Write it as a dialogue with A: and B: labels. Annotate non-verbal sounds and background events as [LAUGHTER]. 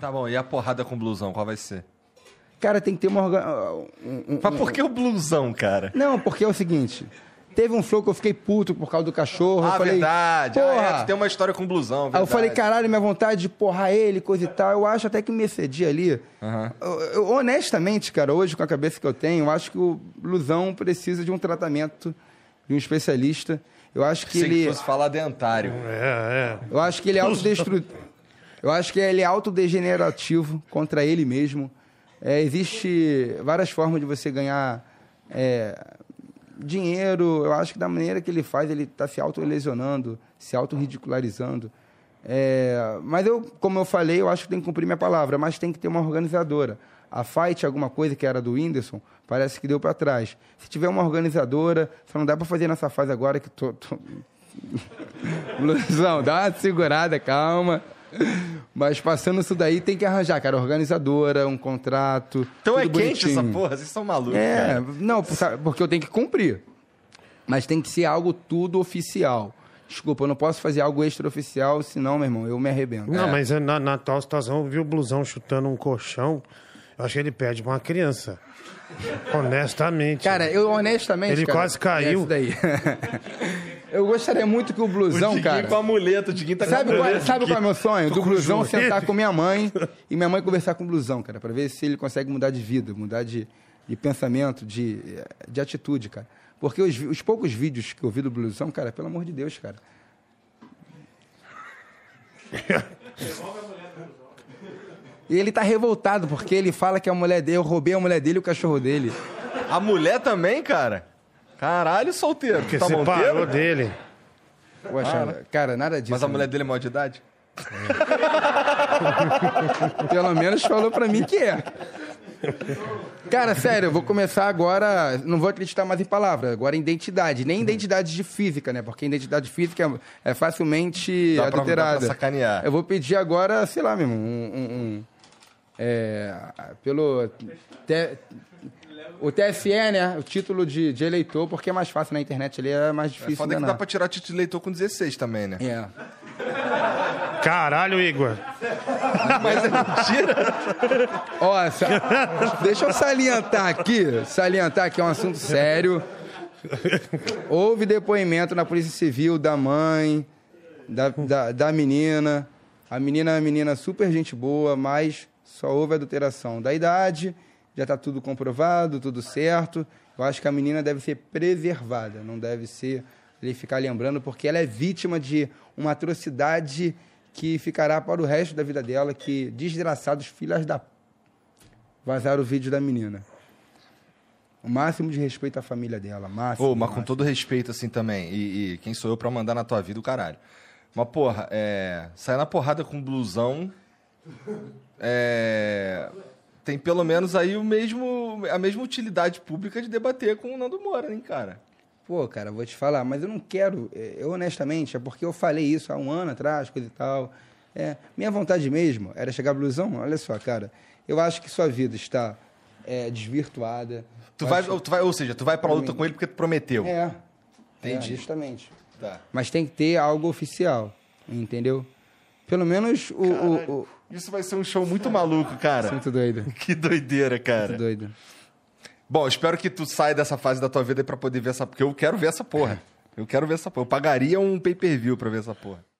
A: Tá bom, e a porrada com o blusão, qual vai ser?
B: Cara, tem que ter uma. orga- um- um-
A: Mas por que o blusão, cara?
B: Não, porque é o seguinte. Teve um flow que eu fiquei puto por causa do cachorro.
A: ah,
B: eu falei,
A: verdade. Ah,
B: Porra.
A: é, tu tem uma história com o blusão, verdade.
B: Aí eu falei, caralho, minha vontade de porrar ele, coisa e tal. Eu acho até que me excedi ali.
A: Aham.
B: Eu, eu, honestamente, cara, hoje, com a cabeça que eu tenho, eu acho que o Luzão precisa de um tratamento de um especialista. Eu acho que
A: Pensei que
B: ele. Hum,
A: fosse falar dentário.
C: É, é.
B: Eu acho que ele é autodestru... Eu acho que ele é autodegenerativo contra ele mesmo. É, existe várias formas de você ganhar é, dinheiro. Eu acho que da maneira que ele faz, ele está se autolesionando, se autorridicularizando. É, mas eu, como eu falei, eu acho que tem que cumprir minha palavra, mas tem que ter uma organizadora. A Fight, alguma coisa que era do Whindersson, parece que deu para trás. Se tiver uma organizadora, só não dá para fazer nessa fase agora que tô- tô, Luzão, dá uma segurada, calma. Mas passando isso daí, tem que arranjar, cara, organizadora, um contrato.
A: Então é
B: tudo
A: quente
B: bonitinho.
A: essa porra, vocês são malucos,
B: É,
A: cara.
B: não, por- sabe, porque eu tenho que cumprir. Mas tem que ser algo tudo oficial. Desculpa, eu não posso fazer algo extraoficial, senão, meu irmão, eu me arrebento.
C: Não, mas é na, na tal situação, eu vi o blusão chutando um colchão. Eu acho que ele perde pra uma criança. Honestamente.
B: Cara, eu honestamente.
C: Ele
B: cara,
C: quase caiu.
B: é isso daí. [LAUGHS] eu gostaria muito que o blusão,
A: Diguinho
B: cara.
A: com a muleta, o Diguinho tá
B: Sabe
A: com a
B: qual,
A: muleta.
B: sabe qual é o meu sonho? Do
C: com
B: blusão
C: joelho.
B: sentar com minha mãe e minha mãe conversar com o blusão, cara, pra ver se ele consegue mudar de vida, mudar de, de pensamento, de, de atitude, cara. Porque os, vi- os poucos vídeos que eu vi do blusão, cara, pelo amor de Deus, cara. E ele tá revoltado porque ele fala que a mulher dele, eu roubei a mulher dele e o cachorro dele. é?
A: A mulher também, cara? Caralho, solteiro.
C: Porque
A: Tu tá
C: você parou
A: monteiro?
C: dele.
B: Poxa, cara, nada disso.
A: Mas a
B: né?
A: mulher dele é maior de idade?
B: Pelo menos falou pra mim que é. Cara, sério, eu vou começar agora. Não vou acreditar mais em palavra, agora em identidade. Nem identidade de física, né? Porque identidade física é é facilmente
A: Dá pra-
B: adulterada.
A: dá pra sacaneanar.
B: Eu vou pedir agora, sei lá mesmo, um. um- um- é, pelo. te- o TSE, né? O título de, de eleitor, porque é mais fácil na internet ali, é mais
A: É
B: difícil.
A: foda que
B: enganar.
A: dá pra tirar título de leitor com 16 também, né?
B: É.
C: Caralho, Igor.
A: Mas é mentira.
B: Ó, sa- deixa eu salientar aqui, salientar que é um assunto sério. Houve depoimento na Polícia Civil da mãe, da, da, da menina. A menina é uma menina super gente boa, mas só houve adulteração da idade. Já tá tudo comprovado, tudo certo. Eu acho que a menina deve ser preservada, não deve ser ele ficar lembrando, porque ela é vítima de uma atrocidade que ficará para o resto da vida dela, que desgraçados filhas da vazaram o vídeo da menina. O máximo de respeito à família dela, máximo.
A: Ô, mas com
B: máximo.
A: todo respeito, assim, também. E, e quem sou eu pra mandar na tua vida o caralho. Mas, porra, é... Sair na porrada com blusão... É... Tem pelo menos aí o mesmo, a mesma utilidade pública de debater com o Nando Moura, hein, cara?
B: Pô, cara, vou te falar, mas eu não quero, é, eu honestamente, é porque eu falei isso há um ano atrás, coisa e tal. É, minha vontade mesmo era chegar blusão, olha só, cara, eu acho que sua vida está é, desvirtuada.
A: Tu
B: Eu
A: vai,
B: acho-
A: tu vai, ou seja, tu vai pra luta com ele porque tu prometeu.
B: É,
A: Entendi.
B: é, justamente.
A: Tá.
B: Mas tem que ter algo oficial, entendeu? Pelo menos o... o, o...
A: Isso vai ser um show muito maluco, cara.
B: Muito doido,
A: Que doideira,
B: muito
A: cara.
B: doido.
A: Bom, espero que tu saia dessa fase da tua É. vida aí pra poder ver essa... Porque eu quero ver essa porra. Eu quero ver essa porra. Eu pagaria um pay-per-view pra ver essa porra.